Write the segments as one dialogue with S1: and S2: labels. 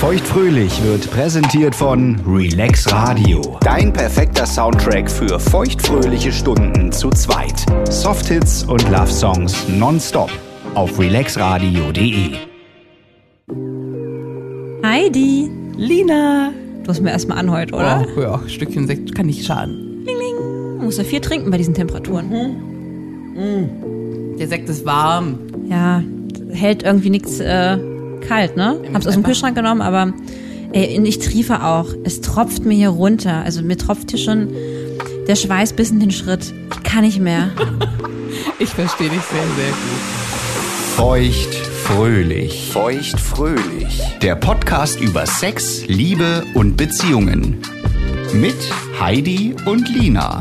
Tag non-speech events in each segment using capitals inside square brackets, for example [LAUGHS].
S1: Feuchtfröhlich wird präsentiert von Relax Radio. Dein perfekter Soundtrack für feuchtfröhliche Stunden zu zweit. Softhits und Love Songs nonstop auf relaxradio.de.
S2: Heidi,
S3: Lina.
S2: du hast mir erstmal an heute, oder?
S3: Oh, ja, ein Stückchen Sekt kann nicht schaden.
S2: Musst ja viel trinken bei diesen
S3: Mhm.
S2: Temperaturen.
S3: Der Sekt ist warm.
S2: Ja, hält irgendwie nichts äh, kalt, ne? Hab's aus dem
S3: einfach-
S2: Kühlschrank genommen, aber ey, ich triefe auch. Es tropft mir hier runter. Also mir tropft hier schon der Schweiß bis in den Schritt. Ich kann nicht
S3: [LAUGHS]
S2: mehr.
S3: Ich verstehe dich sehr, sehr gut.
S1: Feuchtfröhlich. Feuchtfröhlich. Der Podcast über Sex, Liebe und Beziehungen. Mit Heidi und Lina.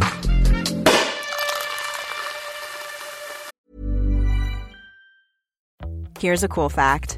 S4: Here's a cool fact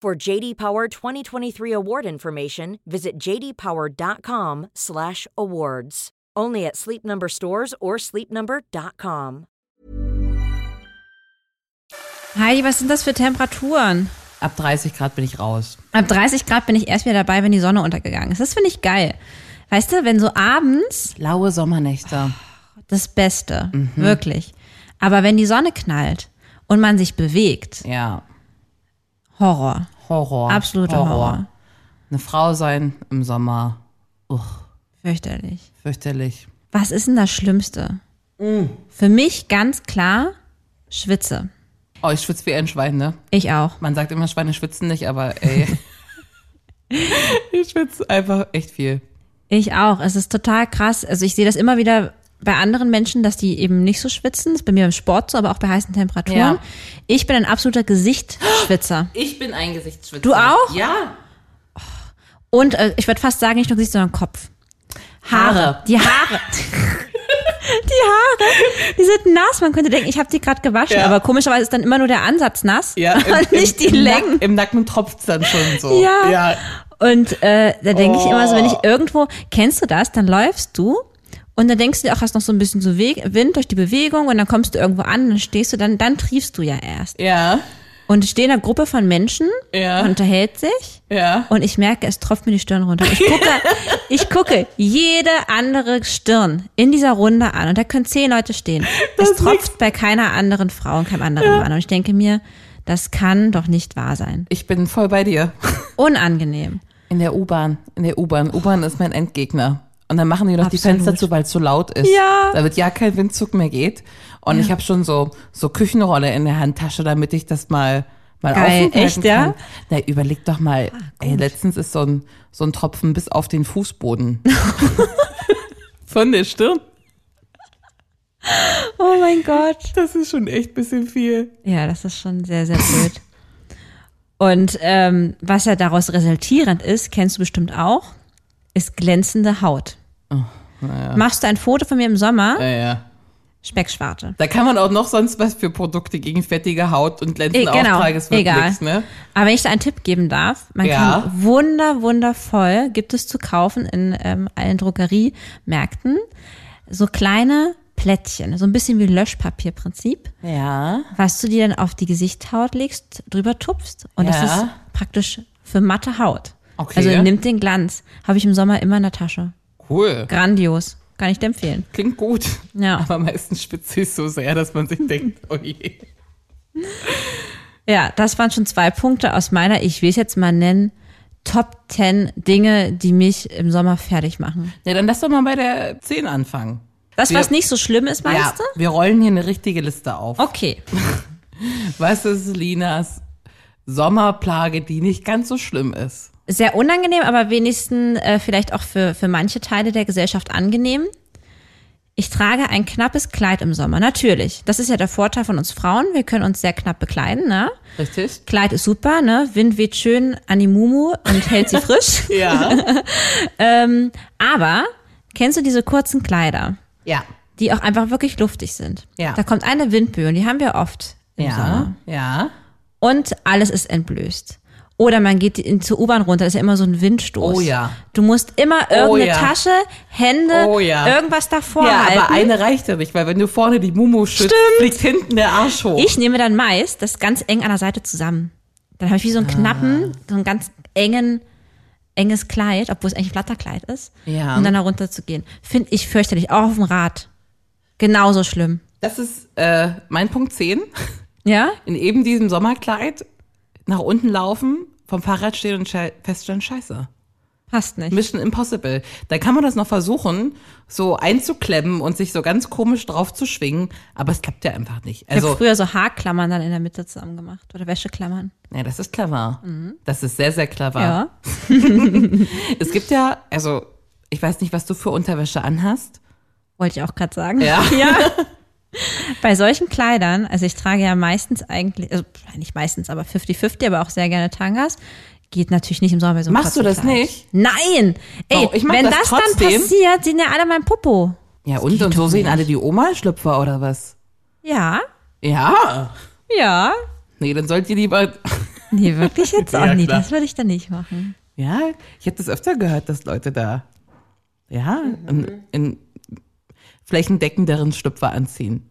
S5: For JD Power 2023 award information, visit jdpower.com/awards. Only at Sleep Number stores or sleepnumber.com.
S2: Heidi, was sind das für Temperaturen?
S3: Ab 30 Grad bin ich raus.
S2: Ab 30 Grad bin ich erst wieder dabei, wenn die Sonne untergegangen ist. Das finde ich geil. Weißt du, wenn so abends
S3: Laue Sommernächte.
S2: das Beste,
S3: Mhm.
S2: wirklich. Aber wenn die Sonne knallt und man sich bewegt,
S3: Ja.
S2: Horror.
S3: Horror.
S2: Absoluter Horror.
S3: Eine Frau sein im Sommer.
S2: Fürchterlich.
S3: Fürchterlich.
S2: Was ist denn das Schlimmste? Mm. Für mich ganz klar, schwitze.
S3: Oh, ich schwitze wie ein Schwein, ne?
S2: Ich auch.
S3: Man sagt immer, Schweine schwitzen nicht, aber ey. [LAUGHS] ich schwitze einfach echt viel.
S2: Ich auch. Es ist total krass. Also ich sehe das immer wieder bei anderen Menschen, dass die eben nicht so schwitzen. Das ist bei mir im Sport so, aber auch bei heißen Temperaturen.
S3: Ja.
S2: Ich bin ein absoluter Gesichtsschwitzer.
S3: Ich bin ein Gesichtsschwitzer.
S2: Du auch?
S3: Ja.
S2: Und äh, ich würde fast sagen, nicht nur Gesicht, sondern Kopf.
S3: Haare.
S2: Die Haare. [LAUGHS] Die Haare, die sind nass. Man könnte denken, ich habe die gerade gewaschen,
S3: Ja.
S2: aber komischerweise ist dann immer nur der Ansatz nass
S3: [LAUGHS] Ja. im-
S2: [LAUGHS] und nicht die
S3: im, Nack-
S2: Längen.
S3: Im Nacken tropft's dann schon so.
S2: Ja.
S3: ja. Oh.
S2: Und äh, da denke ich immer so, wenn ich irgendwo, kennst du das, dann läufst du und dann denkst du dir auch, hast noch so ein bisschen so Weg, Wind durch die Bewegung und dann kommst du irgendwo an, dann stehst du, dann, dann triefst du ja erst.
S3: Ja.
S2: Und ich stehe in einer Gruppe von Menschen,
S3: Ja.
S2: man unterhält sich
S3: Ja.
S2: und ich merke, es tropft mir die Stirn runter. Ich [LAUGHS] gucke, ich gucke jede andere Stirn in dieser Runde an und da können zehn Leute stehen. es tropft bei keiner anderen Frau und keinem anderen Mann. Und ich denke mir, das kann doch nicht wahr sein.
S3: Ich bin voll bei dir.
S2: Unangenehm.
S3: In der U-Bahn. In der U-Bahn. U-Bahn ist mein Endgegner. Und dann machen die noch die
S2: Absolut.
S3: Fenster zu, weil es so laut ist.
S2: Ja.
S3: Da wird ja kein Windzug mehr geht. Und ich habe schon so, so Küchenrolle in der Handtasche, damit ich das mal, mal
S2: Geil.
S3: aufhalten
S2: Echt,
S3: kann.
S2: ja? Ah,
S3: Na, überleg doch mal. ey, letztens ist so ein, so ein Tropfen bis auf
S2: [LAUGHS]
S3: den Fußboden. Von der Stirn.
S2: Oh mein Gott.
S3: Das ist schon echt ein bisschen viel.
S2: Ja, das ist schon sehr, sehr blöd. Und ähm, was ja daraus resultierend ist, kennst du bestimmt auch, Oh, ist glänzende Haut. Machst du ein Foto von mir im Sommer,
S3: Ja, ja.
S2: Speckschwarte.
S3: Da kann man auch noch sonst was für Produkte gegen fettige Haut und Lenzen
S2: Eh, genau,
S3: auftragen. Es wird
S2: egal.
S3: nix, ne?
S2: Aber wenn ich da einen Tipp geben darf, man
S3: Ja.
S2: kann wunder, wundervoll, gibt es zu kaufen in ähm, allen Drogeriemärkten, so kleine Plättchen, so ein bisschen wie Löschpapierprinzip,
S3: Ja.
S2: was du dir dann auf die Gesichtshaut legst, drüber tupfst und das
S3: Ja.
S2: ist praktisch für matte Haut.
S3: Okay.
S2: Also nimmt den Glanz. Habe ich im Sommer immer in der Tasche.
S3: Cool.
S2: Grandios. Kann ich dir empfehlen.
S3: Klingt gut.
S2: Ja.
S3: [LAUGHS] Aber meistens spitzt sich so sehr, dass man sich
S2: [LAUGHS]
S3: denkt, oh je.
S2: Ja, das waren schon zwei Punkte aus meiner, ich will es jetzt mal nennen, Top 10 Dinge, die mich im Sommer fertig machen.
S3: Ja, dann lass doch mal bei der 10 anfangen.
S2: Das,
S3: Wir-
S2: was nicht so schlimm ist,
S3: ja,
S2: meinst
S3: wir rollen hier eine richtige Liste auf.
S2: du? Okay.
S3: Was ist Linas Sommerplage, die nicht ganz so schlimm ist?
S2: Sehr unangenehm, aber wenigstens äh, vielleicht auch für, für manche Teile der Gesellschaft angenehm. Ich trage ein knappes Kleid im Sommer, natürlich. Das ist ja der Vorteil von uns Frauen. Wir können uns sehr knapp bekleiden, ne?
S3: Richtig?
S2: Kleid ist super, ne? Wind weht schön an die Mumu und hält sie [LAUGHS] frisch.
S3: Ja.
S2: Aber kennst du diese kurzen Kleider?
S3: [LAUGHS] ja.
S2: die auch einfach wirklich luftig sind.
S3: Ja.
S2: Da kommt eine Windböe und die haben wir oft im Sommer.
S3: Ja. Ja.
S2: Und alles ist entblößt. Oder man geht in, zur U-Bahn runter, ist ja immer so ein Windstoß.
S3: Oh ja.
S2: Du musst immer irgendeine
S3: Oh ja.
S2: Tasche, Hände,
S3: Oh ja.
S2: irgendwas davor
S3: Ja,
S2: halten.
S3: aber eine reicht ja nicht, weil wenn du vorne die Mumu schützt, fliegt hinten der Arsch hoch.
S2: ich nehme dann meist das ganz eng an der Seite zusammen. Dann habe ich wie
S3: Ah.
S2: so einen knappen, so einen ganz engen, enges Kleid, obwohl es eigentlich ein Flatterkleid ist,
S3: Ja.
S2: um dann da runter zu gehen. Finde ich fürchterlich, auch auf dem Rad. Genauso schlimm.
S3: Das ist äh, mein Punkt 10.
S2: Ja?
S3: In eben diesem Sommerkleid nach unten laufen, vom Fahrrad stehen und schei- feststellen, scheiße.
S2: Passt nicht.
S3: Mission Impossible. Da kann man das noch versuchen, so einzuklemmen und sich so ganz komisch drauf zu schwingen, aber es klappt ja einfach nicht.
S2: Ich habe
S3: Also,
S2: früher so Haarklammern dann in der Mitte zusammen gemacht oder Wäscheklammern.
S3: ja, das ist clever. Das ist sehr, sehr clever.
S2: Ja.
S3: Es gibt ja, also, ich weiß nicht, was du für Unterwäsche anhast.
S2: Wollte ich auch gerade sagen.
S3: Ja.
S2: Bei solchen Kleidern, also ich trage ja meistens eigentlich, also nicht meistens, aber 50-50, aber auch sehr gerne Tangas. Geht natürlich nicht im Sommer bei so einem
S3: Machst du das
S2: Kotzenkleid.
S3: nicht?
S2: Nein! Ey,
S3: Oh, ich mach
S2: wenn
S3: das
S2: das, dann
S3: trotzdem.
S2: passiert, sehen ja alle mein Popo.
S3: Ja, und, und so sehen alle die Oma-Schlüpfer oder was?
S2: Ja,
S3: Ja.
S2: ja.
S3: Nee, dann sollt ihr lieber.
S2: Nee, wirklich jetzt auch
S3: Ja,
S2: nicht.
S3: klar.
S2: Das würde ich dann nicht machen.
S3: Ja, ich habe das öfter gehört, dass Leute da, ja, in, in flächendeckenderen Schlüpfer anziehen.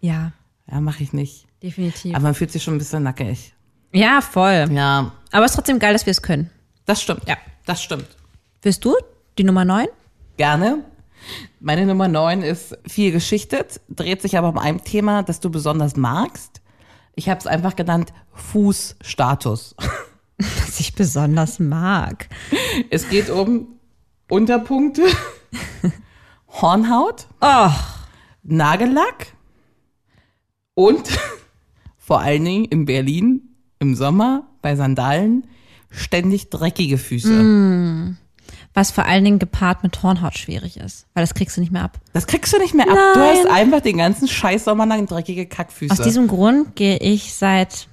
S2: Ja,
S3: Ja, mache ich nicht.
S2: definitiv.
S3: Aber man fühlt sich schon ein bisschen nackig.
S2: ja, voll.
S3: Ja,
S2: Aber es ist trotzdem geil, dass wir es können.
S3: das stimmt. Ja, das stimmt.
S2: Willst du die Nummer 9?
S3: Gerne. Meine Nummer neun ist viel geschichtet, dreht sich aber um ein Thema, das du besonders magst. Ich habe es einfach genannt Fußstatus.
S2: Was ich besonders mag.
S3: Es geht um Unterpunkte, [LAUGHS] Hornhaut,
S2: Oh.
S3: Nagellack und [LAUGHS] vor allen Dingen in Berlin im Sommer bei Sandalen ständig dreckige Füße.
S2: Was vor allen Dingen gepaart mit Hornhaut schwierig ist, weil das kriegst du nicht mehr ab.
S3: Das kriegst du nicht mehr ab. Du hast einfach den ganzen Scheiß Sommer lang dreckige Kackfüße.
S2: Aus diesem Grund gehe ich seit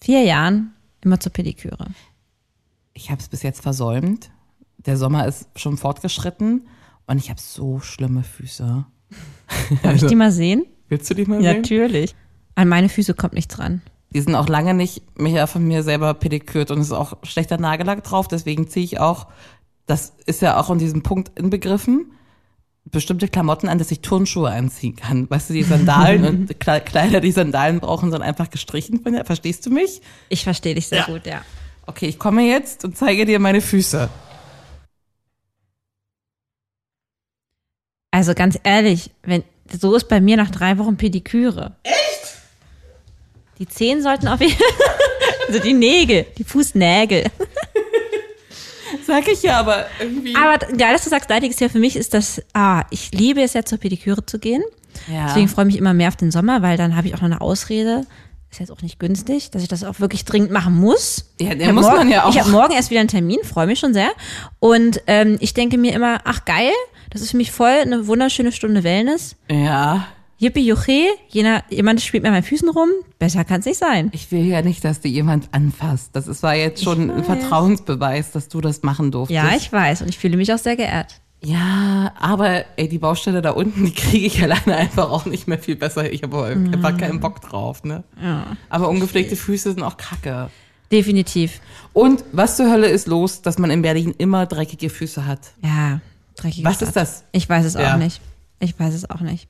S2: vier Jahren immer zur Pediküre.
S3: ich habe es bis jetzt versäumt. Der Sommer ist schon fortgeschritten und ich habe so schlimme Füße.
S2: Darf ich die mal sehen?
S3: Willst du die mal sehen?
S2: Natürlich. An meine Füße kommt nichts ran.
S3: Die sind auch lange nicht mehr von mir selber pedikürt und es ist auch schlechter Nagellack drauf. Deswegen ziehe ich auch, das ist ja auch in diesem Punkt inbegriffen, bestimmte Klamotten an, dass ich Turnschuhe anziehen kann. Weißt du, die Sandalen und Kle- Kleider, die Sandalen brauchen, sind einfach gestrichen. von der- Verstehst du mich?
S2: Ich verstehe dich sehr gut, ja.
S3: Okay, ich komme jetzt und zeige dir meine Füße.
S2: Also ganz ehrlich, wenn so ist bei mir nach drei Wochen Pediküre. Echt? Die Zehen sollten auf jeden [LAUGHS] Also die Nägel, die Fußnägel.
S3: Sag ich ja, aber äh, irgendwie.
S2: Aber d- ja, dass du sagst, Leidig ist ja für mich ist das, ah, ich liebe es ja zur Pediküre zu gehen.
S3: Ja.
S2: Deswegen freue ich mich immer mehr auf den Sommer, weil dann habe ich auch noch eine Ausrede. Ist jetzt auch nicht günstig, dass ich das auch wirklich dringend machen muss.
S3: Ja, den
S2: Ich hab
S3: muss
S2: morgen,
S3: man ja auch.
S2: Ich habe morgen erst wieder einen Termin, freue mich schon sehr. Und ähm, ich denke mir immer, ach geil, das ist für mich voll eine wunderschöne Stunde Wellness.
S3: ja.
S2: Yippie juche, jener, jemand spielt mir an meinen Füßen rum, besser kann's nicht sein.
S3: Ich will ja nicht, dass dir jemand anfasst. Das ist, war jetzt schon ein Vertrauensbeweis, dass du das machen durftest.
S2: Ja, ich weiß und ich fühle mich auch sehr geehrt.
S3: Ja, aber ey, die Baustelle da unten, [LAUGHS] die kriege ich alleine einfach auch nicht mehr viel besser. Ich habe einfach keinen Bock drauf, ne? Mhm. Ja. Aber ungepflegte Füße sind auch kacke.
S2: Definitiv.
S3: Und was zur Hölle ist los, dass man in Berlin immer dreckige Füße hat?
S2: Ja, dreckige
S3: Was ist
S2: Stadt.
S3: das?
S2: Ich weiß es
S3: Ja.
S2: auch nicht. Ich weiß es auch nicht.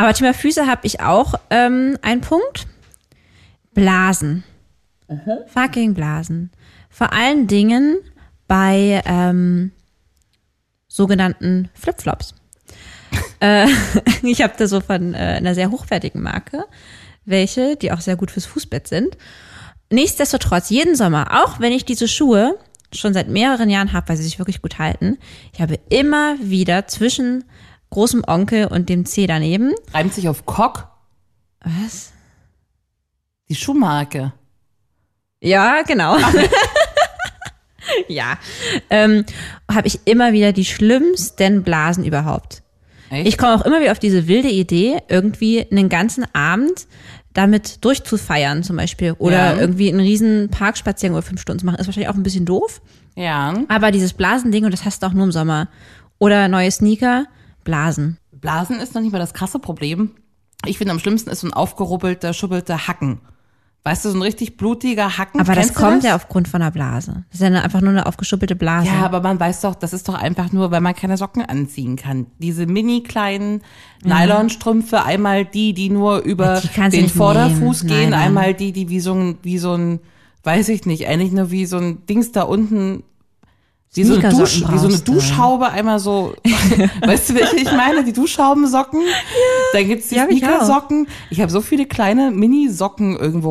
S2: Aber Thema Füße habe ich auch ähm, einen Punkt. Blasen. Fucking Blasen. Vor allen Dingen bei ähm, sogenannten Flipflops. äh, [LAUGHS] ich habe da so von äh, einer sehr hochwertigen Marke welche, die auch sehr gut fürs Fußbett sind. Nichtsdestotrotz, jeden Sommer, auch wenn ich diese Schuhe schon seit mehreren Jahren habe, weil sie sich wirklich gut halten, ich habe immer wieder zwischen großem Onkel und dem C daneben,
S3: Reimt sich auf Cock?
S2: was?
S3: Die Schuhmarke.
S2: Ja, genau. [LAUGHS] ja. Ähm, habe ich immer wieder die schlimmsten Blasen überhaupt.
S3: Echt?
S2: Ich komme auch immer wieder auf diese wilde Idee, irgendwie einen ganzen Abend damit durchzufeiern zum Beispiel. Oder
S3: Ja.
S2: irgendwie einen riesen Parkspaziergang über fünf Stunden zu machen. Ist wahrscheinlich auch ein bisschen doof.
S3: ja.
S2: Aber dieses Blasending, und das hast du auch nur im Sommer. Oder neue Sneaker, Blasen.
S3: Blasen ist noch nicht mal das krasse Problem. Ich finde, am schlimmsten ist so ein aufgerubbelter, schubbelter Hacken. Weißt du, so ein richtig blutiger Hacken.
S2: Aber das
S3: Kennst du
S2: kommt ja aufgrund von einer Blase. Das ist ja eine, einfach nur eine aufgeschuppelte Blase.
S3: Ja, aber man weiß doch, das ist doch einfach nur, weil man keine Socken anziehen kann. Diese mini kleinen Nylonstrümpfe, einmal die, die nur über
S2: Die kannst du
S3: den
S2: nicht
S3: Vorderfuß
S2: nehmen.
S3: gehen,
S2: Nein, nein.
S3: einmal die, die wie so ein, wie so ein, weiß ich nicht, eigentlich nur wie so ein Dings da unten, wie so, eine
S2: Sneakersocken
S3: Dusch, wie so eine
S2: brauchst du.
S3: Duschhaube,
S2: [LAUGHS]
S3: einmal so, weißt du, welche ich meine? Die Duschhaubensocken. Dann gibt's die
S2: Ja, hab ich auch.
S3: Sneakersocken. Ich habe so viele kleine Mini-Socken irgendwo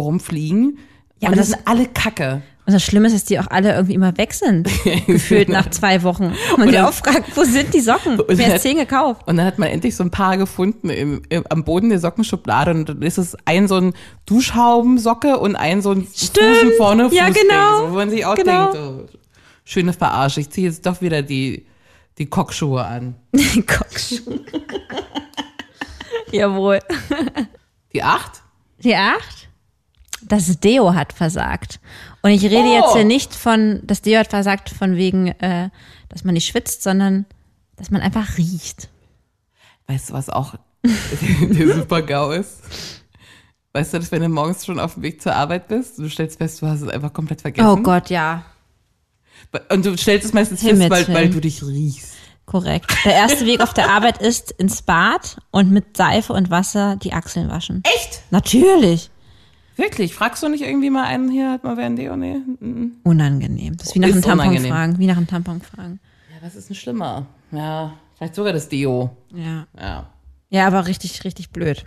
S2: Ja,
S3: rumfliegen. Ja, und
S2: aber
S3: das
S2: das-
S3: sind alle Kacke.
S2: Und das Schlimme ist, dass die auch alle irgendwie immer weg
S3: [LAUGHS]
S2: sind. gefühlt nach zwei Wochen. Und man sich auch fragt, wo sind die Socken?
S3: Und
S2: Wer
S3: dann-
S2: hat zehn
S3: [LAUGHS]
S2: gekauft? [LAUGHS]
S3: Und dann hat man endlich so ein paar gefunden im, im, am Boden der Sockenschublade und dann ist es ein so ein Duschhaubensocke und ein so ein Fußen
S2: Stimmt.
S3: vorne Fuß
S2: Ja, genau.
S3: so, wo man sich auch
S2: Genau.
S3: denkt, oh, schöne Verarsche, ich ziehe jetzt doch wieder die, die Kockschuhe an.
S2: Cockschuhe. Jawohl.
S3: Die acht?
S2: Die acht? Das Deo hat versagt. Und ich rede
S3: Oh.
S2: jetzt hier nicht von, das Deo hat versagt von wegen, äh, dass man nicht schwitzt, sondern dass man einfach riecht.
S3: Weißt du, was auch [LAUGHS] der super GAU ist? Weißt du, dass wenn du morgens schon auf dem Weg zur Arbeit bist, du stellst fest, du hast es einfach komplett vergessen.
S2: Oh Gott, ja.
S3: Und du stellst es meistens fest, weil,
S2: Himmelswillen.
S3: weil du dich riechst.
S2: Korrekt. Der erste Weg auf der Arbeit ist ins Bad und mit Seife und Wasser die Achseln waschen.
S3: Echt?
S2: Natürlich.
S3: Wirklich? Fragst du nicht irgendwie mal einen hier, hat mal wer ein Deo? Nee.
S2: Unangenehm. Das ist wie nach
S3: Ist
S2: einem Tampon
S3: unangenehm.
S2: fragen. Wie nach einem Tampon fragen.
S3: Was ist denn schlimmer? Ja, vielleicht sogar das Deo.
S2: Ja.
S3: Ja.
S2: Ja, aber richtig, richtig blöd.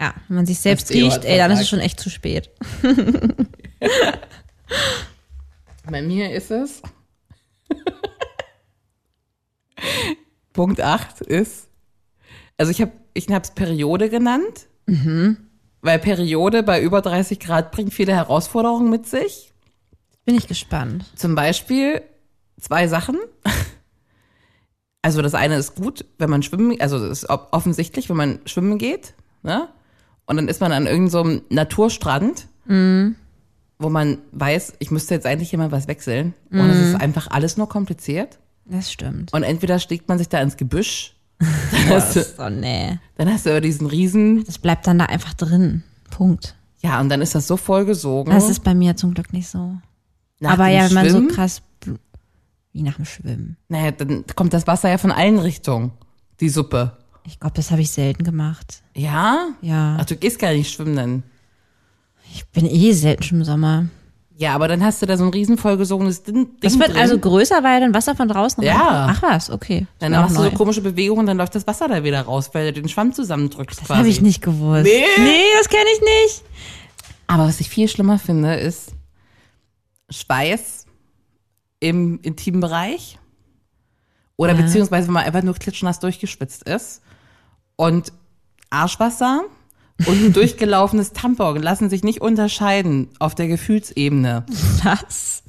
S2: Ja, wenn man sich selbst
S3: Das Deo
S2: riecht,
S3: hat
S2: ey, dann ist
S3: versagt.
S2: es schon echt zu spät.
S3: Bei mir ist es. [LAUGHS] Punkt 8 ist. Also ich habe ich hab's Periode genannt. Mhm. Weil Periode bei über 30 Grad bringt viele Herausforderungen mit sich.
S2: Bin ich gespannt.
S3: Zum Beispiel zwei Sachen. Also das eine ist gut, wenn man schwimmen, also das ist ob- offensichtlich, wenn man schwimmen geht, ne? Und dann ist man an irgendeinem so einem Naturstrand,
S2: Mhm.
S3: wo man weiß, ich müsste jetzt eigentlich immer was wechseln. Und es ist
S2: Mhm.
S3: einfach alles nur kompliziert.
S2: Das stimmt.
S3: Und entweder schlägt man sich da
S2: [LAUGHS]
S3: ins Gebüsch, dann hast du,
S2: So, nee.
S3: dann hast du aber diesen Riesen,
S2: Das bleibt dann da einfach drin. Punkt.
S3: ja, und dann ist das so vollgesogen.
S2: Das ist bei mir zum Glück nicht so.
S3: Nach
S2: aber
S3: dem
S2: ja, wenn man so
S3: Schwimmen-
S2: krass bl- wie nach dem Schwimmen.
S3: Naja, dann kommt das Wasser ja von allen Richtungen, die Suppe.
S2: Ich glaube, das habe ich selten gemacht.
S3: Ja?
S2: Ja.
S3: Ach, du gehst gar nicht schwimmen dann.
S2: Ich bin eh selten schon im Sommer.
S3: Ja, aber dann hast du da so ein riesen vollgesogenes Din- Ding.
S2: Das wird
S3: drin.
S2: also größer, weil dann Wasser von draußen
S3: Ja.
S2: reinkommt? Ach was, okay. Ist
S3: Dann
S2: mir auch
S3: machst du so
S2: neu.
S3: komische Bewegungen, dann läuft das Wasser da wieder raus, weil du den Schwamm zusammendrückst.
S2: Das habe ich nicht gewusst. Nee, das kenne ich nicht.
S3: Aber was ich viel schlimmer finde, ist Schweiß im intimen Bereich. Oder beziehungsweise, wenn man einfach nur klitschnass durchgespitzt ist. Und Arschwasser und
S2: [LAUGHS]
S3: ein durchgelaufenes Tampon lassen sich nicht unterscheiden auf der Gefühlsebene.
S2: Was?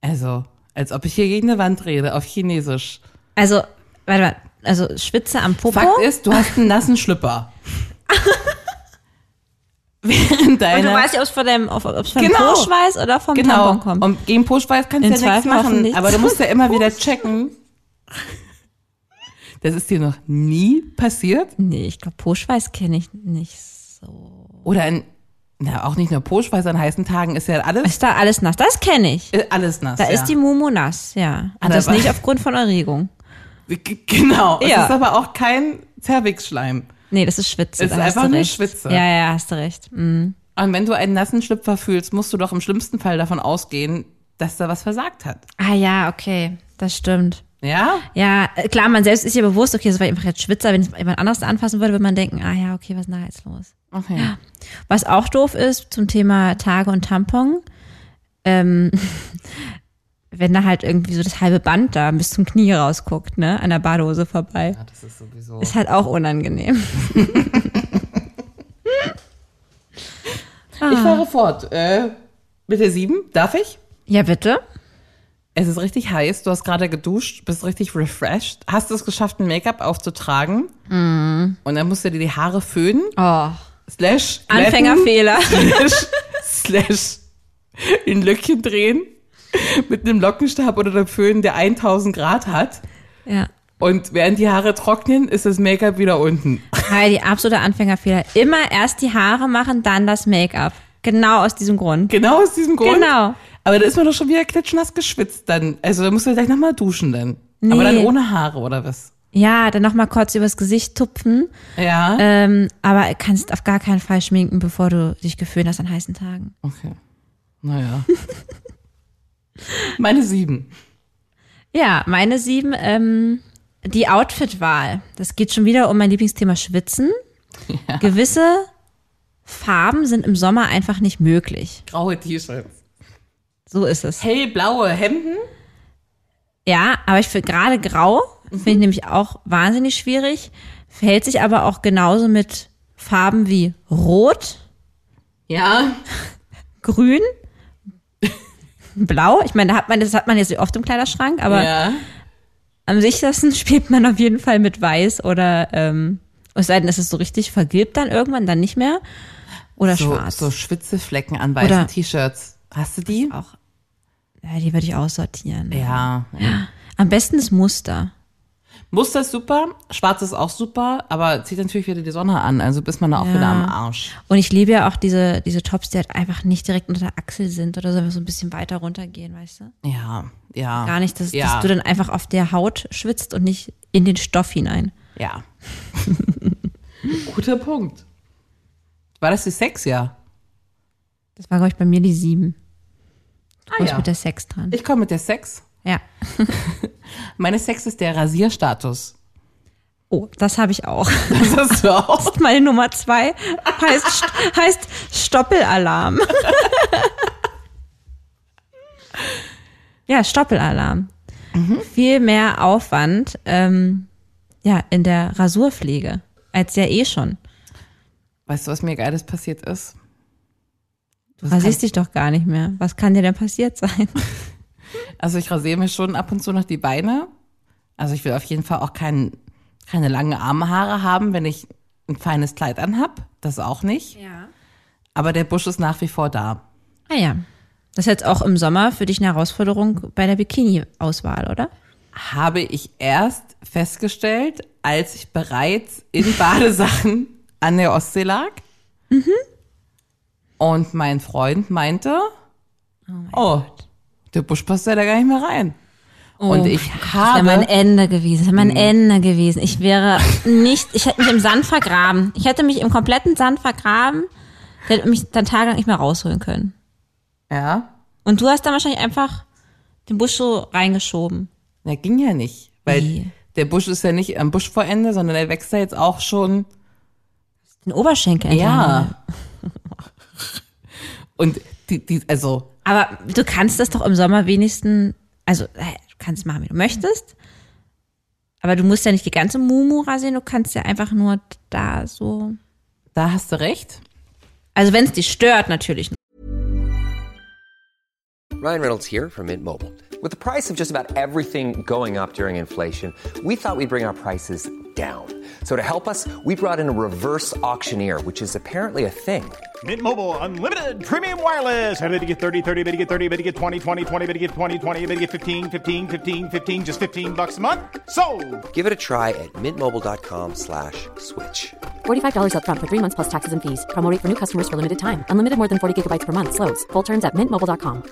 S3: Also, als ob ich hier gegen eine Wand rede, auf Chinesisch.
S2: Also, warte mal. Also Schwitze am Popo?
S3: Fakt ist, du hast einen nassen Schlüpper. Während Und deine.
S2: Und du weißt ja, ob es von dem, ob, ob's vom
S3: Genau.
S2: Push-Weiß oder vom
S3: genau.
S2: Tampon kommt.
S3: Und gegen Pushweiß kannst
S2: In
S3: du ja nichts
S2: Zweifel
S3: machen.
S2: hoffentlich.
S3: Aber du musst ja
S2: [LAUGHS]
S3: immer wieder checken. Das ist dir noch nie passiert?
S2: nee, ich glaube, Push-Weiß kenne ich nicht.
S3: Oder ein, na, auch nicht nur Poschweiß an heißen Tagen ist ja alles,
S2: Ist da alles nass? Das kenne ich.
S3: äh, alles nass.
S2: Da
S3: ja.
S2: ist die Mumu nass, ja. Und
S3: Aber-
S2: das nicht aufgrund von Erregung.
S3: G- Genau.
S2: Ja.
S3: Es ist aber auch kein Zervixschleim.
S2: Nee, das ist Schwitze.
S3: Ist
S2: da hast
S3: einfach
S2: du
S3: nur
S2: recht.
S3: Schwitze.
S2: Ja, ja, hast du recht. Mhm.
S3: Und wenn du einen nassen Schlüpfer fühlst, musst du doch im schlimmsten Fall davon ausgehen, dass da was versagt hat.
S2: Ah ja, okay, das stimmt.
S3: Ja?
S2: Ja, äh, klar, man selbst ist ja bewusst, okay, das war einfach jetzt Schwitzer. Wenn es jemand anderes anfassen würde, würde man denken, ah ja, okay, was ist denn da jetzt los?
S3: Okay.
S2: Was auch doof ist zum Thema Tage und Tampon, ähm, [LAUGHS] wenn da halt irgendwie so das halbe Band da bis zum Knie rausguckt, ne, an der Badehose vorbei. Ja, das ist sowieso. Ist halt auch unangenehm.
S3: Ich fahre fort. Äh, mit der sieben, darf ich?
S2: Ja, bitte?
S3: Es ist richtig heiß, du hast gerade geduscht, bist richtig refreshed, hast es geschafft, ein Make-up aufzutragen und dann musst du dir die Haare föhnen,
S2: Oh,
S3: slash glätten,
S2: Anfängerfehler.
S3: [LAUGHS] slash, slash in Löckchen drehen mit einem Lockenstab oder einem Föhn, der 1000 Grad hat
S2: ja.
S3: und während die Haare trocknen, ist das Make-up wieder unten.
S2: Heidi, absoluter Anfängerfehler. Immer erst die Haare machen, dann das Make-up. Genau aus diesem Grund.
S3: Genau aus diesem Grund.
S2: Genau.
S3: Aber da ist man doch schon wieder klitschnass geschwitzt dann. Also da musst du gleich nochmal duschen dann.
S2: Nee.
S3: Aber dann ohne Haare oder was?
S2: Ja, dann nochmal kurz übers Gesicht tupfen.
S3: Ja.
S2: Ähm, aber kannst auf gar keinen Fall schminken, bevor du dich geföhnt hast an heißen Tagen.
S3: Okay. Naja. [LAUGHS] Meine sieben.
S2: Ja, meine sieben, ähm, die Outfitwahl. Das geht schon wieder um mein Lieblingsthema Schwitzen. Gewisse Farben sind im Sommer einfach nicht möglich.
S3: Graue T-Shirts.
S2: So ist es.
S3: Hellblaue Hemden.
S2: Ja, aber ich finde gerade grau, finde ich nämlich auch wahnsinnig schwierig, verhält sich aber auch genauso mit Farben wie rot,
S3: Ja.
S2: [LAUGHS] grün, blau. Ich meine, da hat man, das hat man jetzt oft im Kleiderschrank, aber
S3: ja.
S2: am sichersten [LAUGHS] spielt man auf jeden Fall mit weiß oder, ähm, es sei denn, es ist so richtig vergilbt dann irgendwann, dann nicht mehr. Oder
S3: So,
S2: schwarz.
S3: so Schwitzeflecken an weißen
S2: Oder-
S3: T-Shirts. Hast du die?
S2: Auch, ja, die würde ich aussortieren.
S3: Ja. ja.
S2: Am besten das Muster.
S3: Muster ist super, schwarz ist auch super, aber zieht natürlich wieder die Sonne an, also bist man da auch wieder am Arsch.
S2: Und ich liebe ja auch diese, diese Tops, die halt einfach nicht direkt unter der Achsel sind oder so, einfach so ein bisschen weiter runtergehen, weißt du?
S3: Ja, ja.
S2: Gar nicht, dass,
S3: ja.
S2: dass du dann einfach auf der Haut schwitzt und nicht in den Stoff hinein.
S3: Ja. [LAUGHS] Guter Punkt. War das die Sex, ja?
S2: Das war, glaube ich, bei mir die sieben. Du
S3: Ah,
S2: kommst
S3: ja.
S2: mit der Sex dran.
S3: Ich komme mit der Sex.
S2: ja.
S3: Meine Sex ist der Rasierstatus. [LAUGHS]
S2: Oh, das habe ich auch.
S3: Das hast du auch.
S2: Meine Nummer zwei heißt, St- heißt Stoppelalarm. ja, Stoppelalarm. Viel mehr Aufwand ähm, ja, in der Rasurpflege als ja eh schon.
S3: Weißt du, was mir geiles passiert ist?
S2: Du rasierst dich doch gar nicht mehr. Was kann dir denn passiert sein?
S3: Also ich rasiere mir schon ab und zu noch die Beine. Also ich will auf jeden Fall auch kein, keine langen Armhaare haben, wenn ich ein feines Kleid anhab. Das auch nicht.
S2: Ja.
S3: Aber der Busch ist nach wie vor da.
S2: Ah ja. Das ist jetzt auch im Sommer für dich eine Herausforderung bei der Bikini-Auswahl, oder?
S3: Habe ich erst festgestellt, als ich bereits in [LAUGHS] Badesachen an der Ostsee lag.
S2: Mhm.
S3: Und mein Freund meinte, oh, der Busch passt ja da gar nicht mehr rein. und ich
S2: Oh Das
S3: habe...
S2: wäre mein E- Ende gewesen. Das wäre mein Ende gewesen. Ich wäre nicht, ich hätte mich im Sand vergraben. Ich hätte mich im kompletten Sand vergraben. Der hätte mich dann tagelang nicht mehr rausholen können.
S3: ja.
S2: Und du hast dann wahrscheinlich einfach den Busch so reingeschoben.
S3: Na, ging ja nicht. Weil
S2: Wie?
S3: der Busch ist ja nicht am Busch vor Ende, sondern er wächst ja jetzt auch schon.
S2: Den Oberschenkel. entlang.
S3: Ja. [LAUGHS] Und die, die, also,
S2: Aber du kannst das doch im Sommer wenigstens, also äh, du kannst machen, wie du möchtest. Aber du musst ja nicht die ganze Mumu rasieren, du kannst ja einfach nur da so.
S3: da hast du recht.
S2: Also wenn es dich stört, natürlich
S6: Ryan Reynolds here from Mint Mobile. With the price of just about everything going up during inflation, we thought we'd bring our prices down. So to help us, we brought in a reverse auctioneer, which is apparently a thing.
S7: Mint Mobile unlimited premium wireless. Ready to get 30, 30, bet you get 30, bet you get 20, 20, 20, bet you get 20, 20, bet you get 15, 15, 15, 15 just 15 bucks a month. So,
S6: Give it a try at mintmobile.com slash switch.
S8: $45 up front for three months plus taxes and fees. Promo rate for new customers for limited time. Unlimited more than 40 gigabytes per month. Slows. Full terms at mintmobile.com.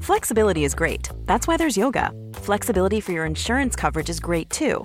S4: Flexibility is great. That's why there's yoga. Flexibility for your insurance coverage is great too.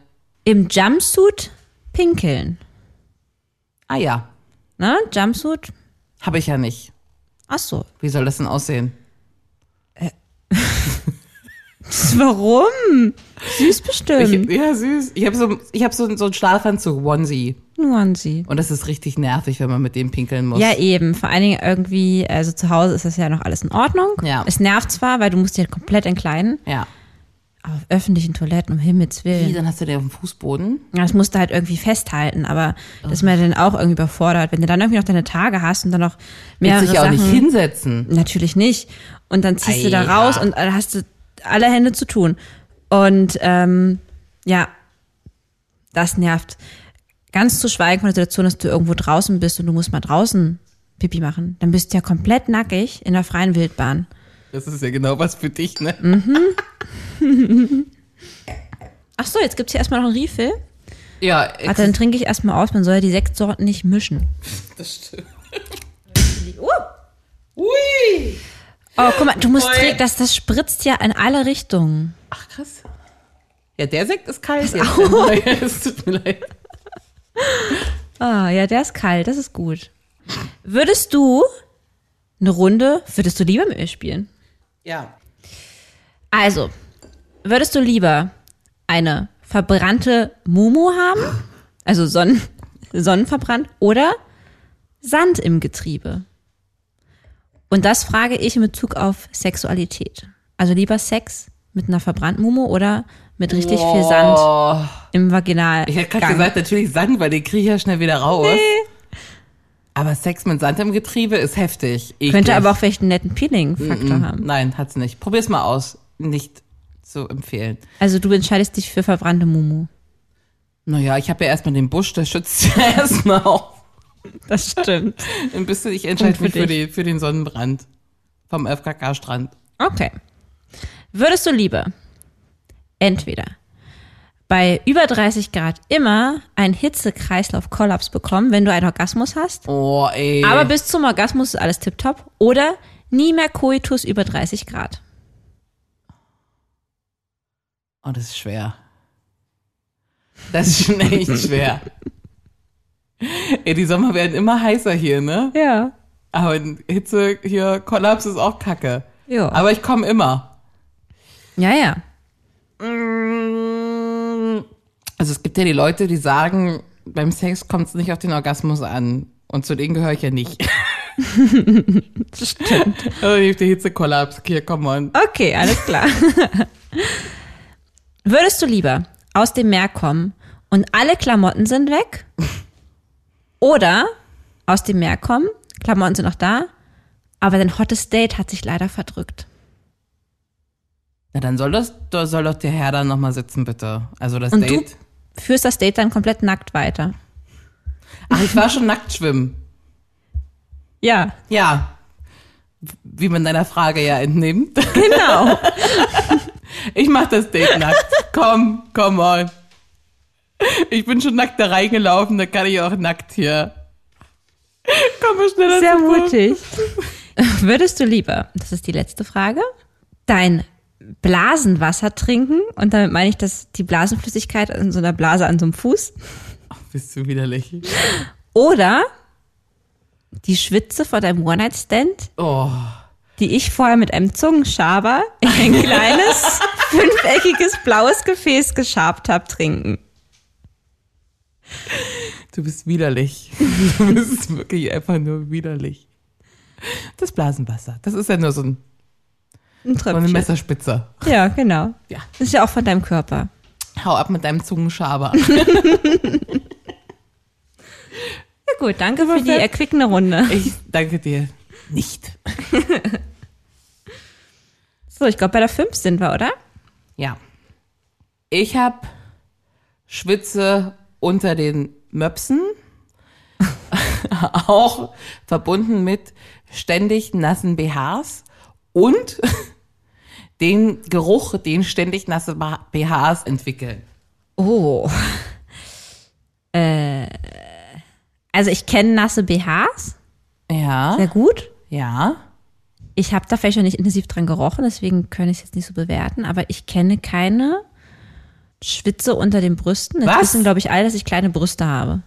S2: Im Jumpsuit pinkeln.
S3: Ah ja,
S2: Ne? Jumpsuit?
S3: habe ich ja nicht.
S2: Ach so. [LAUGHS]
S3: Wie soll das denn aussehen?
S2: Warum? Süß bestimmt.
S3: Ich, ja, süß. Ich habe so, ich hab so, so einen Schlafanzug, Onesie.
S2: Nuanzi.
S3: Und das ist richtig nervig, wenn man mit dem pinkeln muss.
S2: Ja, eben. Vor allen Dingen irgendwie, also zu Hause ist das ja noch alles in Ordnung.
S3: Ja.
S2: Es nervt zwar, weil du musst dich halt komplett entkleiden,
S3: ja.
S2: aber auf öffentlichen Toiletten, um Himmels
S3: Wie,
S2: Willen.
S3: dann hast du den auf dem Fußboden.
S2: Ja, Das musst du halt irgendwie festhalten, aber das ist mir dann auch irgendwie überfordert. Wenn du dann irgendwie noch deine Tage hast und dann noch
S3: Willst
S2: mehrere
S3: dich ja auch
S2: Sachen.
S3: nicht hinsetzen.
S2: Natürlich nicht. Und dann ziehst du da
S3: Eiha.
S2: raus und dann hast du alle Hände zu tun. Und ähm, ja, das nervt. Ganz zu schweigen von der Situation, dass du irgendwo draußen bist und du musst mal draußen Pipi machen. Dann bist du ja komplett nackig in der freien Wildbahn.
S3: Das ist ja genau was für dich, ne?
S2: Ach so, jetzt gibt's hier erstmal noch einen Refill.
S3: Ja,
S2: Ach, dann trinke ich erstmal aus. Man soll ja die Sektsorten nicht mischen.
S3: das stimmt.
S2: Uh. Oh, guck mal, du musst trinken, das, das spritzt ja in alle Richtungen.
S3: Ach, krass. Ja, der Sekt ist kalt. Jetzt. Der [LAUGHS] neue. Es tut mir leid.
S2: Ah, ja, der ist kalt, das ist gut. Würdest du eine Runde, würdest du lieber mit mir spielen?
S3: Ja.
S2: Also, würdest du lieber eine verbrannte Mumu haben, also Sonnen, Sonnenverbrannt, oder Sand im Getriebe? Und das frage ich in Bezug auf Sexualität. Also lieber Sex mit einer verbrannten Mumu oder mit richtig viel Sand im Vaginal.
S3: Ich hätte gerade gesagt, natürlich Sand, weil den kriege ich ja schnell wieder raus. Aber Sex mit Sand im Getriebe ist heftig. Eklig.
S2: Könnte aber auch vielleicht einen netten Peeling-Faktor haben.
S3: Nein, hat's nicht. Probier's mal aus. Nicht zu empfehlen.
S2: Also du entscheidest dich für verbrannte Mumu.
S3: Naja, ich habe ja erstmal den Busch, der schützt [LAUGHS] ja erstmal auch.
S2: Das stimmt.
S3: Ein bisschen, ich entscheide
S2: für
S3: mich für,
S2: dich.
S3: die, für den Sonnenbrand. Vom FKK-Strand.
S2: Okay. Würdest du lieber entweder bei über 30 Grad immer einen Hitzekreislauf-Kollaps bekommen, wenn du einen Orgasmus hast,
S3: Oh, ey.
S2: aber bis zum Orgasmus ist alles tipptopp, oder nie mehr Koitus über 30 Grad?
S3: Oh, das ist schwer. Das ist
S2: [LAUGHS]
S3: schon echt schwer. Ey, die Sommer werden immer heißer hier, ne?
S2: Ja.
S3: Aber Hitze hier, Kollaps ist auch kacke.
S2: Ja.
S3: Aber ich komme immer.
S2: Ja, ja.
S3: Also es gibt ja die Leute, die sagen, beim Sex kommt es nicht auf den Orgasmus an. Und zu denen gehöre ich
S2: [LAUGHS]
S3: ja nicht. Stimmt. Also ich hab die Hitzekollaps. Hier, komm on.
S2: Okay, alles klar. [LAUGHS] Würdest du lieber aus dem Meer kommen und alle Klamotten sind weg? Oder aus dem Meer kommen, Klamotten sind noch da, aber dein hottes Date hat sich leider verdrückt.
S3: Na, dann soll das, da soll doch der Herr dann nochmal sitzen, bitte. Also das
S2: Und
S3: Date.
S2: du führst das Date dann komplett nackt weiter.
S3: Ach, ich war schon nackt schwimmen.
S2: Ja,
S3: Ja. Wie man deiner Frage ja entnimmt. [LAUGHS]
S2: genau.
S3: Ich mach das Date nackt. Komm, komm on. Ich bin schon nackt da reingelaufen, da kann ich auch nackt hier. Komm mal schneller
S2: Sehr
S3: zurück.
S2: mutig. Würdest du lieber, das ist die letzte Frage, dein Blasenwasser trinken? Und damit meine ich, dass die Blasenflüssigkeit in so einer Blase an so einem Fuß.
S3: Bist du widerlich.
S2: Oder die Schwitze vor deinem One-Night-Stand,
S3: Oh.
S2: die ich vorher mit einem Zungenschaber in
S3: [LAUGHS]
S2: ein kleines, fünfeckiges blaues Gefäß geschabt habe, trinken.
S3: Du bist widerlich. [LAUGHS] Du bist wirklich einfach nur widerlich. Das Blasenwasser. Das ist ja nur so, ein,
S2: Ein
S3: so eine
S2: Tröpfchen.
S3: Messerspitze.
S2: Ja, genau.
S3: Ja.
S2: Das ist ja auch von deinem Körper.
S3: Hau ab mit deinem [LAUGHS] Zungenschaber.
S2: Na gut, danke für die erquickende Runde.
S3: Ich danke dir. Nicht.
S2: So, ich glaube, bei der 5 sind wir, oder?
S3: Ja. Ich habe Schwitze unter den Möpsen. [LAUGHS] auch verbunden mit ständig nassen BHs und [LAUGHS] den Geruch, den ständig nasse BHs entwickeln.
S2: Oh. Äh, also ich kenne nasse BHs,
S3: Ja,
S2: sehr gut.
S3: ja.
S2: Ich habe da vielleicht noch nicht intensiv dran gerochen, deswegen kann ich es jetzt nicht so bewerten, aber ich kenne keine Schwitze unter den Brüsten. Jetzt
S3: Was?
S2: wissen, glaube ich, alle, dass ich kleine Brüste habe.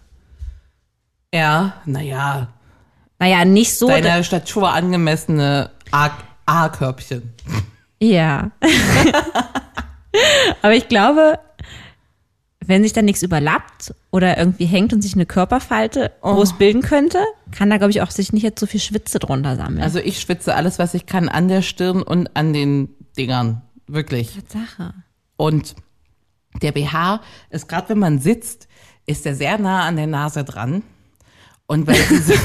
S3: Ja, naja,
S2: Naja, nicht so.
S3: deiner Statur angemessene A- A-Körbchen.
S2: Ja. [LAUGHS] Aber ich glaube, wenn sich da nichts überlappt oder irgendwie hängt und sich eine Körperfalte groß bilden könnte, kann da, glaube ich, auch sich nicht jetzt so viel Schwitze drunter sammeln.
S3: Also ich schwitze alles, was ich kann, an der Stirn und an den Dingern. Wirklich.
S2: Sache.
S3: Und der BH ist gerade, wenn man sitzt, ist er sehr nah an der Nase dran. Und weil
S2: [LAUGHS]
S3: diese,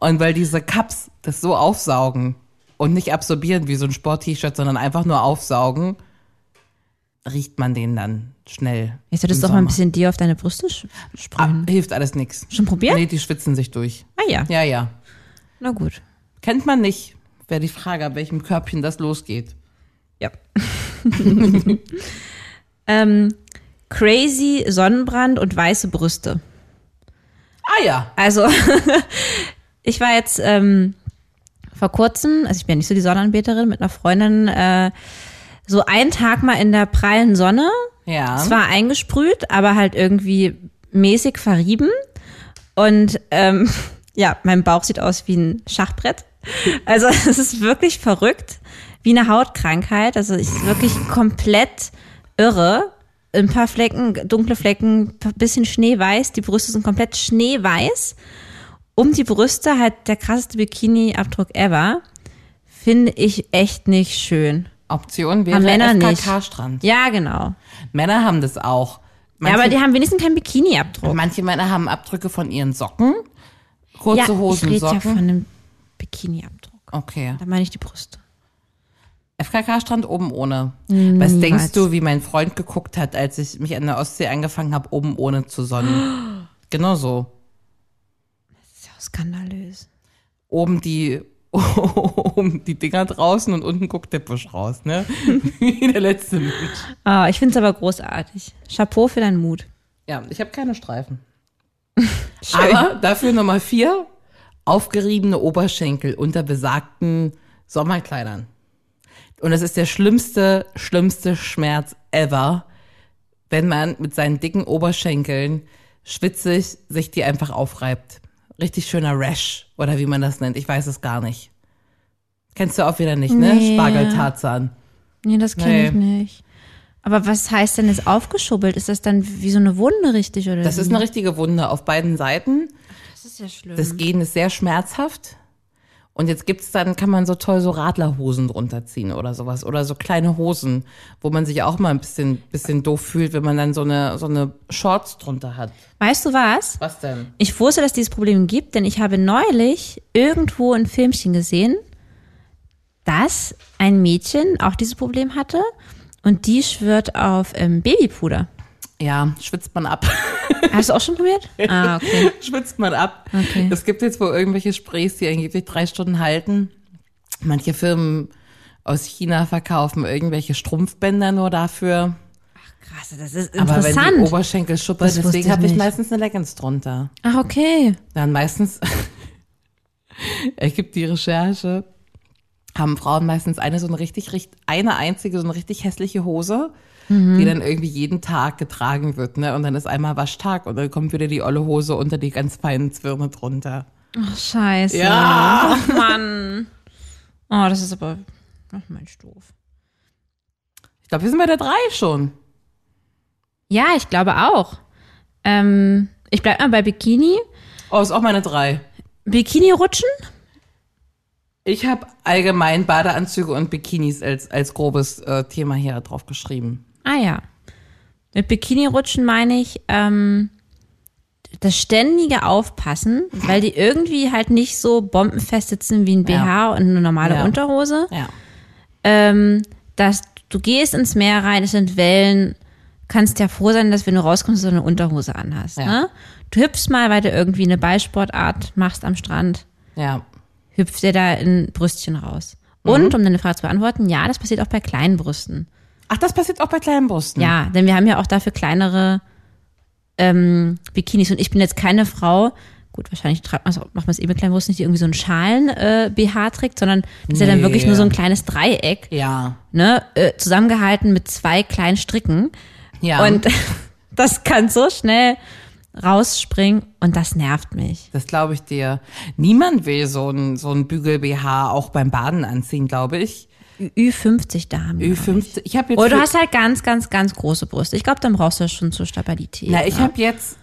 S3: und weil diese Cups das so aufsaugen und nicht absorbieren wie so ein Sport-T-Shirt, sondern einfach nur aufsaugen, riecht man den dann schnell.
S2: Jetzt solltest
S3: im
S2: du doch mal ein
S3: Sommer.
S2: bisschen dir auf deine Brüste sch-
S3: Ah,
S2: sprühen.
S3: hilft alles nichts.
S2: Schon probiert?
S3: Nee, die schwitzen sich durch.
S2: Ah ja.
S3: Ja, ja.
S2: Na gut.
S3: Kennt man nicht. Wäre die Frage, ab welchem Körbchen das losgeht.
S2: Ja. [LAUGHS] ähm, crazy Sonnenbrand und weiße Brüste.
S3: Ah ja.
S2: Also, [LAUGHS] ich war jetzt ähm, vor kurzem, also ich bin ja nicht so die Sonnenanbeterin, mit einer Freundin äh, so einen Tag mal in der prallen Sonne.
S3: Ja.
S2: Zwar eingesprüht, aber halt irgendwie mäßig verrieben. Und ähm, [LAUGHS] ja, mein Bauch sieht aus wie ein Schachbrett. Also [LAUGHS] es ist wirklich verrückt, wie eine Hautkrankheit. Also ich ist wirklich komplett irre. Ein paar Flecken, dunkle Flecken, p- bisschen schneeweiß. Die Brüste sind komplett schneeweiß. Um die Brüste halt der krasseste Bikini-Abdruck ever. Finde ich echt nicht schön.
S3: Option wäre
S2: Haben Männer nicht.
S3: FKK-Strand.
S2: Ja, genau.
S3: Männer haben das auch.
S2: Ja,
S3: Manche,
S2: aber die haben wenigstens keinen Bikini-Abdruck.
S3: [LAUGHS] manche Männer haben Abdrücke von ihren Socken. Kurze
S2: ja,
S3: Hosen,
S2: ich rede ja
S3: Socken.
S2: von einem Bikini-Abdruck.
S3: okay.
S2: Da meine ich die Brüste.
S3: FKK-Strand oben ohne.
S2: Hm,
S3: Was denkst du, wie mein Freund geguckt hat, als ich mich an der Ostsee angefangen habe, oben ohne zu sonnen?
S2: [GASPS]
S3: genau so.
S2: Das ist ja auch skandalös.
S3: Oben die, [LAUGHS] oben die Dinger draußen und unten guckt der Busch raus, ne? [LAUGHS] Wie der letzte Mensch.
S2: Ah, ich finde es aber großartig. Chapeau für deinen Mut.
S3: Ja, ich habe keine Streifen. Aber dafür Nummer vier, aufgeriebene Oberschenkel unter besagten Sommerkleidern. Und das ist der schlimmste, schlimmste Schmerz ever, wenn man mit seinen dicken Oberschenkeln schwitzig sich die einfach aufreibt. Richtig schöner Rash oder wie man das nennt. Ich weiß es gar nicht. Kennst du auch wieder nicht, ne?
S2: Nee.
S3: Spargeltarzan.
S2: Nee, das kenne
S3: Nee.
S2: ich nicht. Aber was heißt denn jetzt aufgeschubbelt? Ist das dann wie so eine Wunde richtig oder
S3: Das
S2: wie?
S3: ist eine richtige Wunde auf beiden Seiten.
S2: Das ist ja schlimm.
S3: Das Gehen ist sehr schmerzhaft. Und jetzt gibt's dann, kann man so toll so Radlerhosen drunter ziehen oder sowas. Oder so kleine Hosen, wo man sich auch mal ein bisschen, bisschen doof fühlt, wenn man dann so eine, so eine Shorts drunter hat.
S2: weißt du was?
S3: Was denn?
S2: Ich wusste, dass dieses Problem gibt, denn ich habe neulich irgendwo ein Filmchen gesehen, dass ein Mädchen auch dieses Problem hatte und die schwört auf ähm, Babypuder.
S3: Ja, schwitzt man ab. [LAUGHS]
S2: Hast du auch schon probiert? Ah, okay.
S3: schwitzt man ab.
S2: Okay.
S3: Es gibt jetzt wohl irgendwelche Sprays, die angeblich drei Stunden halten. Manche Firmen aus China verkaufen irgendwelche Strumpfbänder nur dafür.
S2: Krass, Also das ist
S3: Aber wenn die
S2: interessant.
S3: Oberschenkel schuppern,
S2: Das wusste
S3: deswegen
S2: ich
S3: habe ich
S2: nicht.
S3: meistens eine Leggings drunter.
S2: Ach, okay.
S3: Dann meistens [LAUGHS] ergibt die Recherche, haben Frauen meistens eine so eine richtig, richt- eine einzige, so eine richtig hässliche Hose,
S2: Mhm.
S3: die dann irgendwie jeden Tag getragen wird, ne? Und dann ist einmal Waschtag und dann kommt wieder die olle Hose unter die ganz feinen Zwirne drunter.
S2: Ach, scheiße.
S3: Ja.
S2: Ach, Mann. Oh, das ist aber. Ach, Mensch, doof.
S3: Ich glaube, wir sind bei der drei schon.
S2: Ja, ich glaube auch. Ähm, Ich bleib mal bei Bikini.
S3: Oh, ist auch meine drei.
S2: Bikini rutschen?
S3: Ich habe allgemein Badeanzüge und Bikinis als, als grobes äh, Thema hier drauf geschrieben.
S2: Ah ja. Mit Bikini rutschen meine ich ähm, das ständige Aufpassen, weil die irgendwie halt nicht so bombenfest sitzen wie ein BH und eine normale
S3: Ja.
S2: Unterhose.
S3: Ja.
S2: Ähm, dass du gehst ins Meer rein, es sind Wellen, kannst ja froh sein, dass wenn du rauskommst, du so eine Unterhose anhast.
S3: Ja.
S2: Ne? Du hüpfst mal, weil du irgendwie eine Ballsportart machst am Strand,
S3: Ja.
S2: hüpft dir da ein Brüstchen raus.
S3: Mhm.
S2: Und um deine Frage zu beantworten, ja, das passiert auch bei kleinen Brüsten.
S3: Ach, das passiert auch bei kleinen Brüsten.
S2: Ja, denn wir haben ja auch dafür kleinere ähm, Bikinis und ich bin jetzt keine Frau. Gut, wahrscheinlich tragt man's, auch- macht man es eh mit kleinen Brust nicht, die irgendwie so einen Schalen-BH trägt, sondern das ist ja dann
S3: Nee.
S2: wirklich nur so ein kleines Dreieck,
S3: Ja.
S2: ne, äh, zusammengehalten mit zwei kleinen Stricken.
S3: Ja.
S2: Und [LAUGHS] das kann so schnell rausspringen und das nervt mich.
S3: Das glaube ich dir. Niemand will so ein, so ein Bügel-BH auch beim Baden anziehen, glaube ich.
S2: Ü50-Damen.
S3: Ü50. Ich habe jetzt.
S2: Oder du
S3: für-
S2: hast halt ganz, ganz, ganz große Brüste. Ich glaube, dann brauchst du das schon zur Stabilität.
S3: Na, ich
S2: ne?
S3: habe jetzt,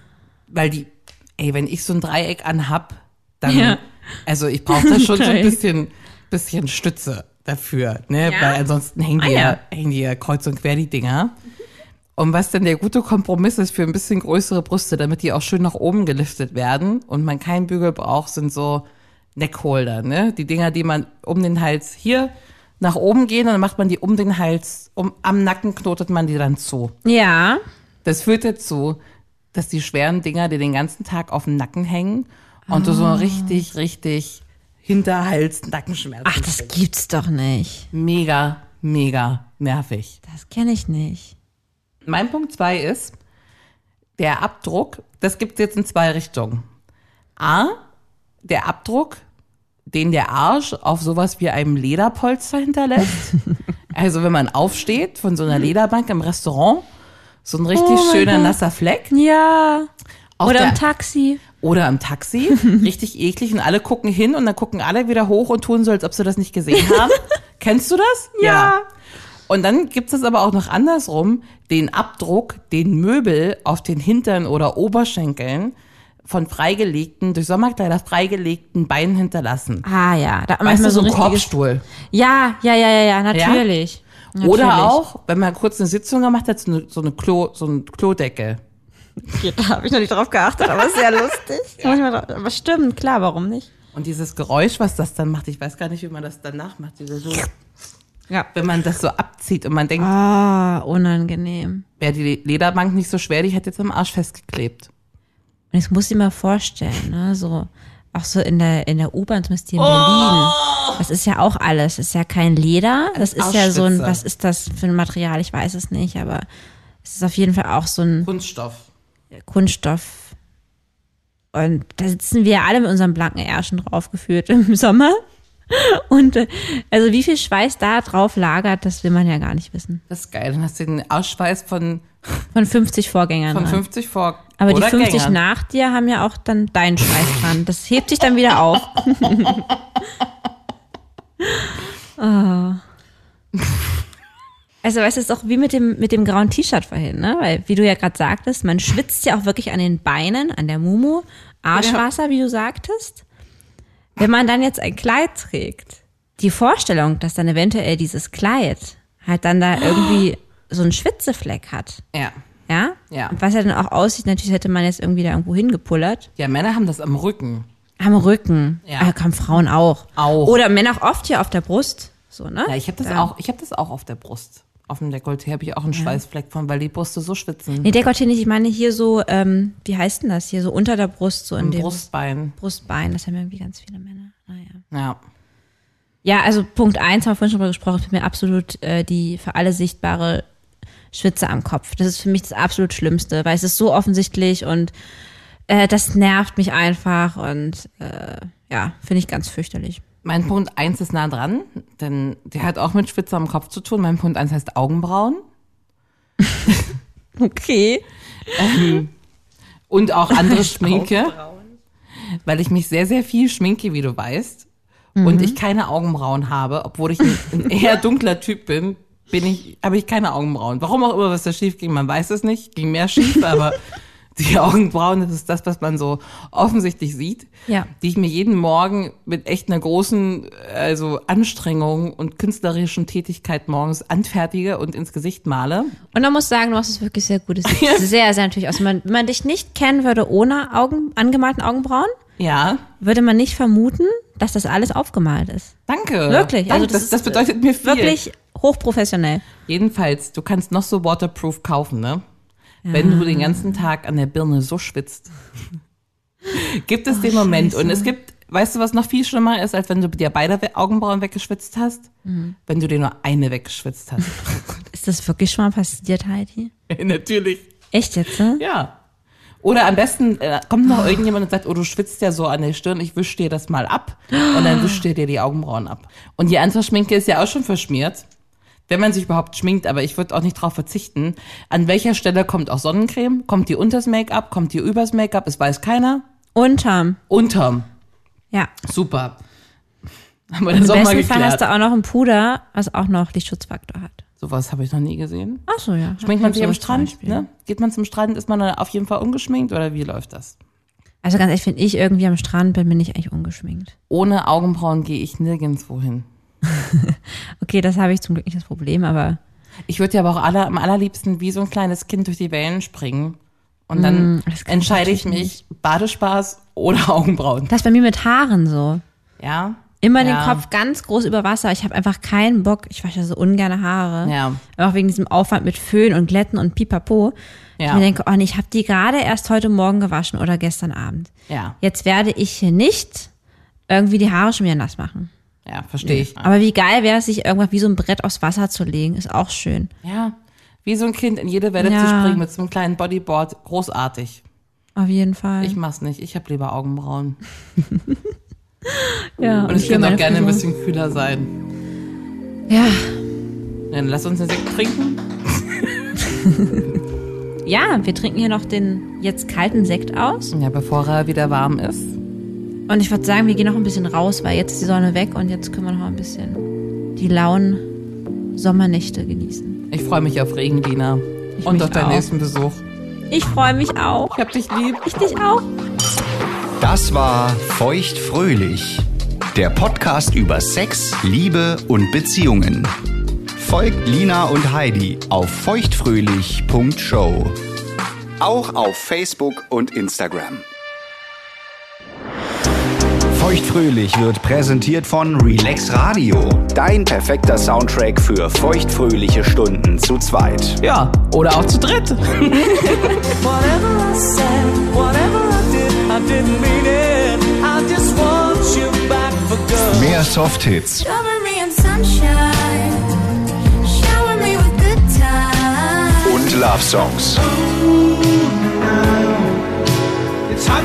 S3: weil die, ey, wenn ich so ein Dreieck anhab, dann,
S2: Ja.
S3: also ich brauche
S2: [LAUGHS]
S3: da schon so ein
S2: Dreieck.
S3: bisschen, bisschen Stütze dafür, ne?
S2: Ja?
S3: Weil ansonsten hängen die,
S2: Ah,
S3: ja.
S2: ja.
S3: hängen die ja kreuz und quer die Dinger. Und was denn der gute Kompromiss ist für ein bisschen größere Brüste, damit die auch schön nach oben geliftet werden und man keinen Bügel braucht, sind so Neckholder, ne? Die Dinger, die man um den Hals hier nach oben gehen und dann macht man die um den Hals, um, am Nacken knotet man die dann zu.
S2: Ja.
S3: Das führt dazu, dass die schweren Dinger dir den ganzen Tag auf den Nacken hängen und du so richtig, richtig Hinterhals, Nackenschmerzen.
S2: Ach, das
S3: kriegst.
S2: gibt's doch nicht.
S3: mega, mega nervig.
S2: Das kenne ich nicht.
S3: Mein Punkt zwei ist, der Abdruck, das gibt's jetzt in zwei Richtungen. A, der Abdruck, den der Arsch auf sowas wie einem Lederpolster hinterlässt. also wenn man aufsteht von so einer Lederbank im Restaurant, so ein richtig schöner nasser Fleck.
S2: Ja.
S3: Auf
S2: Oder
S3: der-
S2: im Taxi.
S3: Oder
S2: [LAUGHS]
S3: im Taxi, richtig eklig und alle gucken hin und dann gucken alle wieder hoch und tun so, als ob sie das nicht gesehen
S2: [LAUGHS]
S3: haben. Kennst du das? Ja. Und dann gibt es aber auch noch andersrum, den Abdruck, den Möbel auf den Hintern oder Oberschenkeln von freigelegten, durch Sommerkleider freigelegten Beinen hinterlassen.
S2: Ah ja, da hat man
S3: Weißt du,
S2: manchmal so
S3: so ein
S2: ein richtiges.
S3: Korbstuhl.
S2: Ja, ja, ja, ja, ja, natürlich. natürlich.
S3: Oder auch, wenn man kurz eine Sitzung gemacht hat, so eine, so eine Klo, so ein Klodeckel.
S2: Da habe ich noch nicht drauf geachtet, aber ist sehr [LAUGHS] lustig. Muss ich mal drauf, aber stimmt, klar, warum nicht?
S3: Und dieses Geräusch, was das dann macht, ich weiß gar nicht, wie man das danach macht. Diese so,
S2: Ja.
S3: wenn man das so abzieht und man denkt,
S2: Ah, unangenehm.
S3: wäre die Lederbank nicht so schwer, die hätte jetzt am Arsch festgeklebt.
S2: Und ich muss dir mal vorstellen, ne, so auch so in der in der U-Bahn zumindest hier in Berlin. Das ist ja auch alles. Das ist ja kein Leder. Das ist ja so ein,
S3: Arschspitze.
S2: was ist das für ein Material? Ich weiß es nicht, aber es ist auf jeden Fall auch so ein
S3: Kunststoff.
S2: Kunststoff. Und da sitzen wir alle mit unseren blanken Ärschen drauf geführt im Sommer. Und äh, also wie viel Schweiß da drauf lagert, das will man ja gar nicht wissen.
S3: Das ist geil. Dann hast du den Arschschweiß von,
S2: Von 50 Vorgängern.
S3: von
S2: dran.
S3: 50 vor.
S2: Aber die
S3: oder
S2: 50
S3: Gängern.
S2: nach dir haben ja auch dann deinen Schweiß dran. Das hebt sich dann wieder auf. [LAUGHS] Ah. Also weißt du, es ist auch wie mit dem, mit dem grauen T-Shirt vorhin, ne? Weil, wie du ja gerade sagtest, man schwitzt ja auch wirklich an den Beinen, an der Mumu, Arschwasser, wie du sagtest. Wenn man dann jetzt ein Kleid trägt, die Vorstellung, dass dann eventuell dieses Kleid halt dann da irgendwie so einen Schwitzefleck hat,
S3: Ja.
S2: ja?
S3: Ja.
S2: Was ja dann auch aussieht, natürlich hätte man jetzt irgendwie da irgendwo hingepullert.
S3: Ja, Männer haben das am Rücken.
S2: Am Rücken.
S3: Ja.
S2: Ja. Ah, kann Frauen auch.
S3: Auch.
S2: Oder Männer auch oft hier auf der Brust. So, ne?
S3: Ja, ich habe das auch, ich habe das auch auf der Brust. Auf dem Dekolleté habe ich auch einen Schweißfleck von, weil die Brüste so schwitzen.
S2: Nee, Dekolleté nicht. Ich meine hier so, ähm, wie heißt denn das hier? So unter der Brust, so in
S3: Im
S2: dem
S3: Brustbein.
S2: Brustbein. Das haben irgendwie ganz viele Männer. Ah, Naja.
S3: Ja.
S2: Ja, also Punkt eins haben wir vorhin schon drüber gesprochen, ist mir absolut äh, die für alle sichtbare Schwitze am Kopf. Das ist für mich das absolut Schlimmste, weil es ist so offensichtlich und äh, das nervt mich einfach und äh, ja, finde ich ganz fürchterlich.
S3: Mein Punkt eins ist nah dran, denn der hat auch mit Schwitze am Kopf zu tun. Mein Punkt eins heißt Augenbrauen.
S2: Okay.
S3: Und auch andere Schminke. Weil ich mich sehr, sehr viel schminke, wie du weißt.
S2: Mhm.
S3: Und ich keine Augenbrauen habe, obwohl ich ein, ein eher dunkler Typ bin, bin ich, habe ich keine Augenbrauen. Warum auch immer, was da schief ging, man weiß es nicht. Ging mehr schief, aber die Augenbrauen, das ist das, was man so offensichtlich sieht,
S2: Ja.
S3: die ich mir jeden Morgen mit echt einer großen also Anstrengung und künstlerischen Tätigkeit morgens anfertige und ins Gesicht male.
S2: Und man muss sagen, du machst es wirklich sehr gut. Es sieht sehr, sehr natürlich aus. Wenn man, wenn man dich nicht kennen würde ohne Augen, angemalten Augenbrauen,
S3: Ja,
S2: würde man nicht vermuten, dass das alles aufgemalt ist.
S3: danke.
S2: Wirklich,
S3: Danke.
S2: also
S3: Also
S2: das
S3: das,
S2: ist,
S3: das bedeutet mir viel.
S2: Wirklich hochprofessionell.
S3: Jedenfalls, du kannst noch so waterproof kaufen, ne? Wenn du den ganzen Tag an der Birne so schwitzt. gibt es den Moment. Und es gibt, weißt du, was noch viel schlimmer ist, als wenn du dir beide We- Augenbrauen weggeschwitzt hast? Wenn du dir nur eine weggeschwitzt hast.
S2: Ist das wirklich schon mal passiert, Heidi?
S3: Natürlich.
S2: Echt jetzt, ne?
S3: Ja. Oder am besten äh, kommt noch irgendjemand und sagt, oh, du schwitzt ja so an der Stirn, ich wisch dir das mal ab. Und dann wischt ihr dir die Augenbrauen ab. Und die Antragsschminke ist ja auch schon verschmiert. Wenn man sich überhaupt schminkt, aber ich würde auch nicht drauf verzichten. An welcher Stelle kommt auch Sonnencreme? Kommt die unters Make-up? Kommt die übers Make-up? Es weiß keiner.
S2: Unterm.
S3: Unterm.
S2: Ja.
S3: Super. [LAUGHS] Haben wir
S2: Im
S3: das auch mal
S2: Also besten Fall hast
S3: geklärt.
S2: du auch noch ein Puder, was auch noch Lichtschutzfaktor hat.
S3: Sowas habe ich noch nie gesehen.
S2: Ach so, ja.
S3: Schminkt man sich am
S2: Zum
S3: Strand?
S2: Beispiel.
S3: Ne? Geht man zum Strand, ist man dann auf jeden Fall ungeschminkt oder wie läuft das?
S2: Also ganz ehrlich, wenn ich irgendwie am Strand bin, bin ich eigentlich ungeschminkt.
S3: Ohne Augenbrauen gehe ich nirgendwo hin.
S2: Okay, das habe ich zum Glück nicht das Problem, aber
S3: Ich würde ja aber auch alle, am allerliebsten wie so ein kleines Kind durch die Wellen springen. Und dann
S2: Mm, das kann ich
S3: entscheide ich mich,
S2: natürlich
S3: Badespaß oder [LAUGHS] Augenbrauen.
S2: das ist bei mir mit Haaren so.
S3: Ja.
S2: Immer den
S3: Ja.
S2: Kopf ganz groß über Wasser. Ich habe einfach keinen Bock. Ich wasche so ungerne Haare.
S3: Ja.
S2: Auch wegen diesem Aufwand mit Föhn und Glätten und Pipapo. Ich
S3: Ja.
S2: mir denke, oh nee, ich habe die gerade erst heute Morgen gewaschen oder gestern Abend.
S3: Ja.
S2: Jetzt werde ich hier nicht irgendwie die Haare schon wieder nass machen.
S3: Ja, verstehe ich.
S2: Aber wie geil wäre es, sich irgendwann wie so ein Brett aufs Wasser zu legen. Ist auch schön.
S3: Ja. Wie so ein Kind in jede Welle zu
S2: Ja.
S3: springen mit so einem kleinen Bodyboard. Großartig.
S2: Auf jeden Fall.
S3: Ich mach's nicht. Ich habe lieber Augenbrauen.
S2: ja,
S3: Und ich
S2: hier
S3: kann auch
S2: meine
S3: gerne ein
S2: Frisur.
S3: bisschen kühler sein.
S2: Ja.
S3: Dann lass uns einen Sekt trinken.
S2: Ja, wir trinken hier noch den jetzt kalten Sekt aus.
S3: Ja, bevor er wieder warm ist.
S2: Und ich würde sagen, wir gehen noch ein bisschen raus, weil jetzt ist die Sonne weg und jetzt können wir noch ein bisschen die lauen Sommernächte genießen.
S3: Ich freue mich auf Regen, Dina. Und
S2: mich
S3: auf deinen
S2: auch.
S3: nächsten Besuch.
S2: Ich freue mich auch.
S3: Ich hab dich lieb.
S2: Ich dich auch.
S1: Das war Feuchtfröhlich, der Podcast über Sex, Liebe und Beziehungen. Folgt Lina und Heidi auf feuchtfröhlich.show. Auch auf Facebook und Instagram. Feuchtfröhlich wird präsentiert von Relax Radio. Dein perfekter Soundtrack für feuchtfröhliche Stunden zu zweit.
S3: Ja, oder auch zu dritt.
S1: Mehr Softhits
S9: Cover me in sunshine. Shower me with good times.
S1: und Love Songs.
S10: It's hard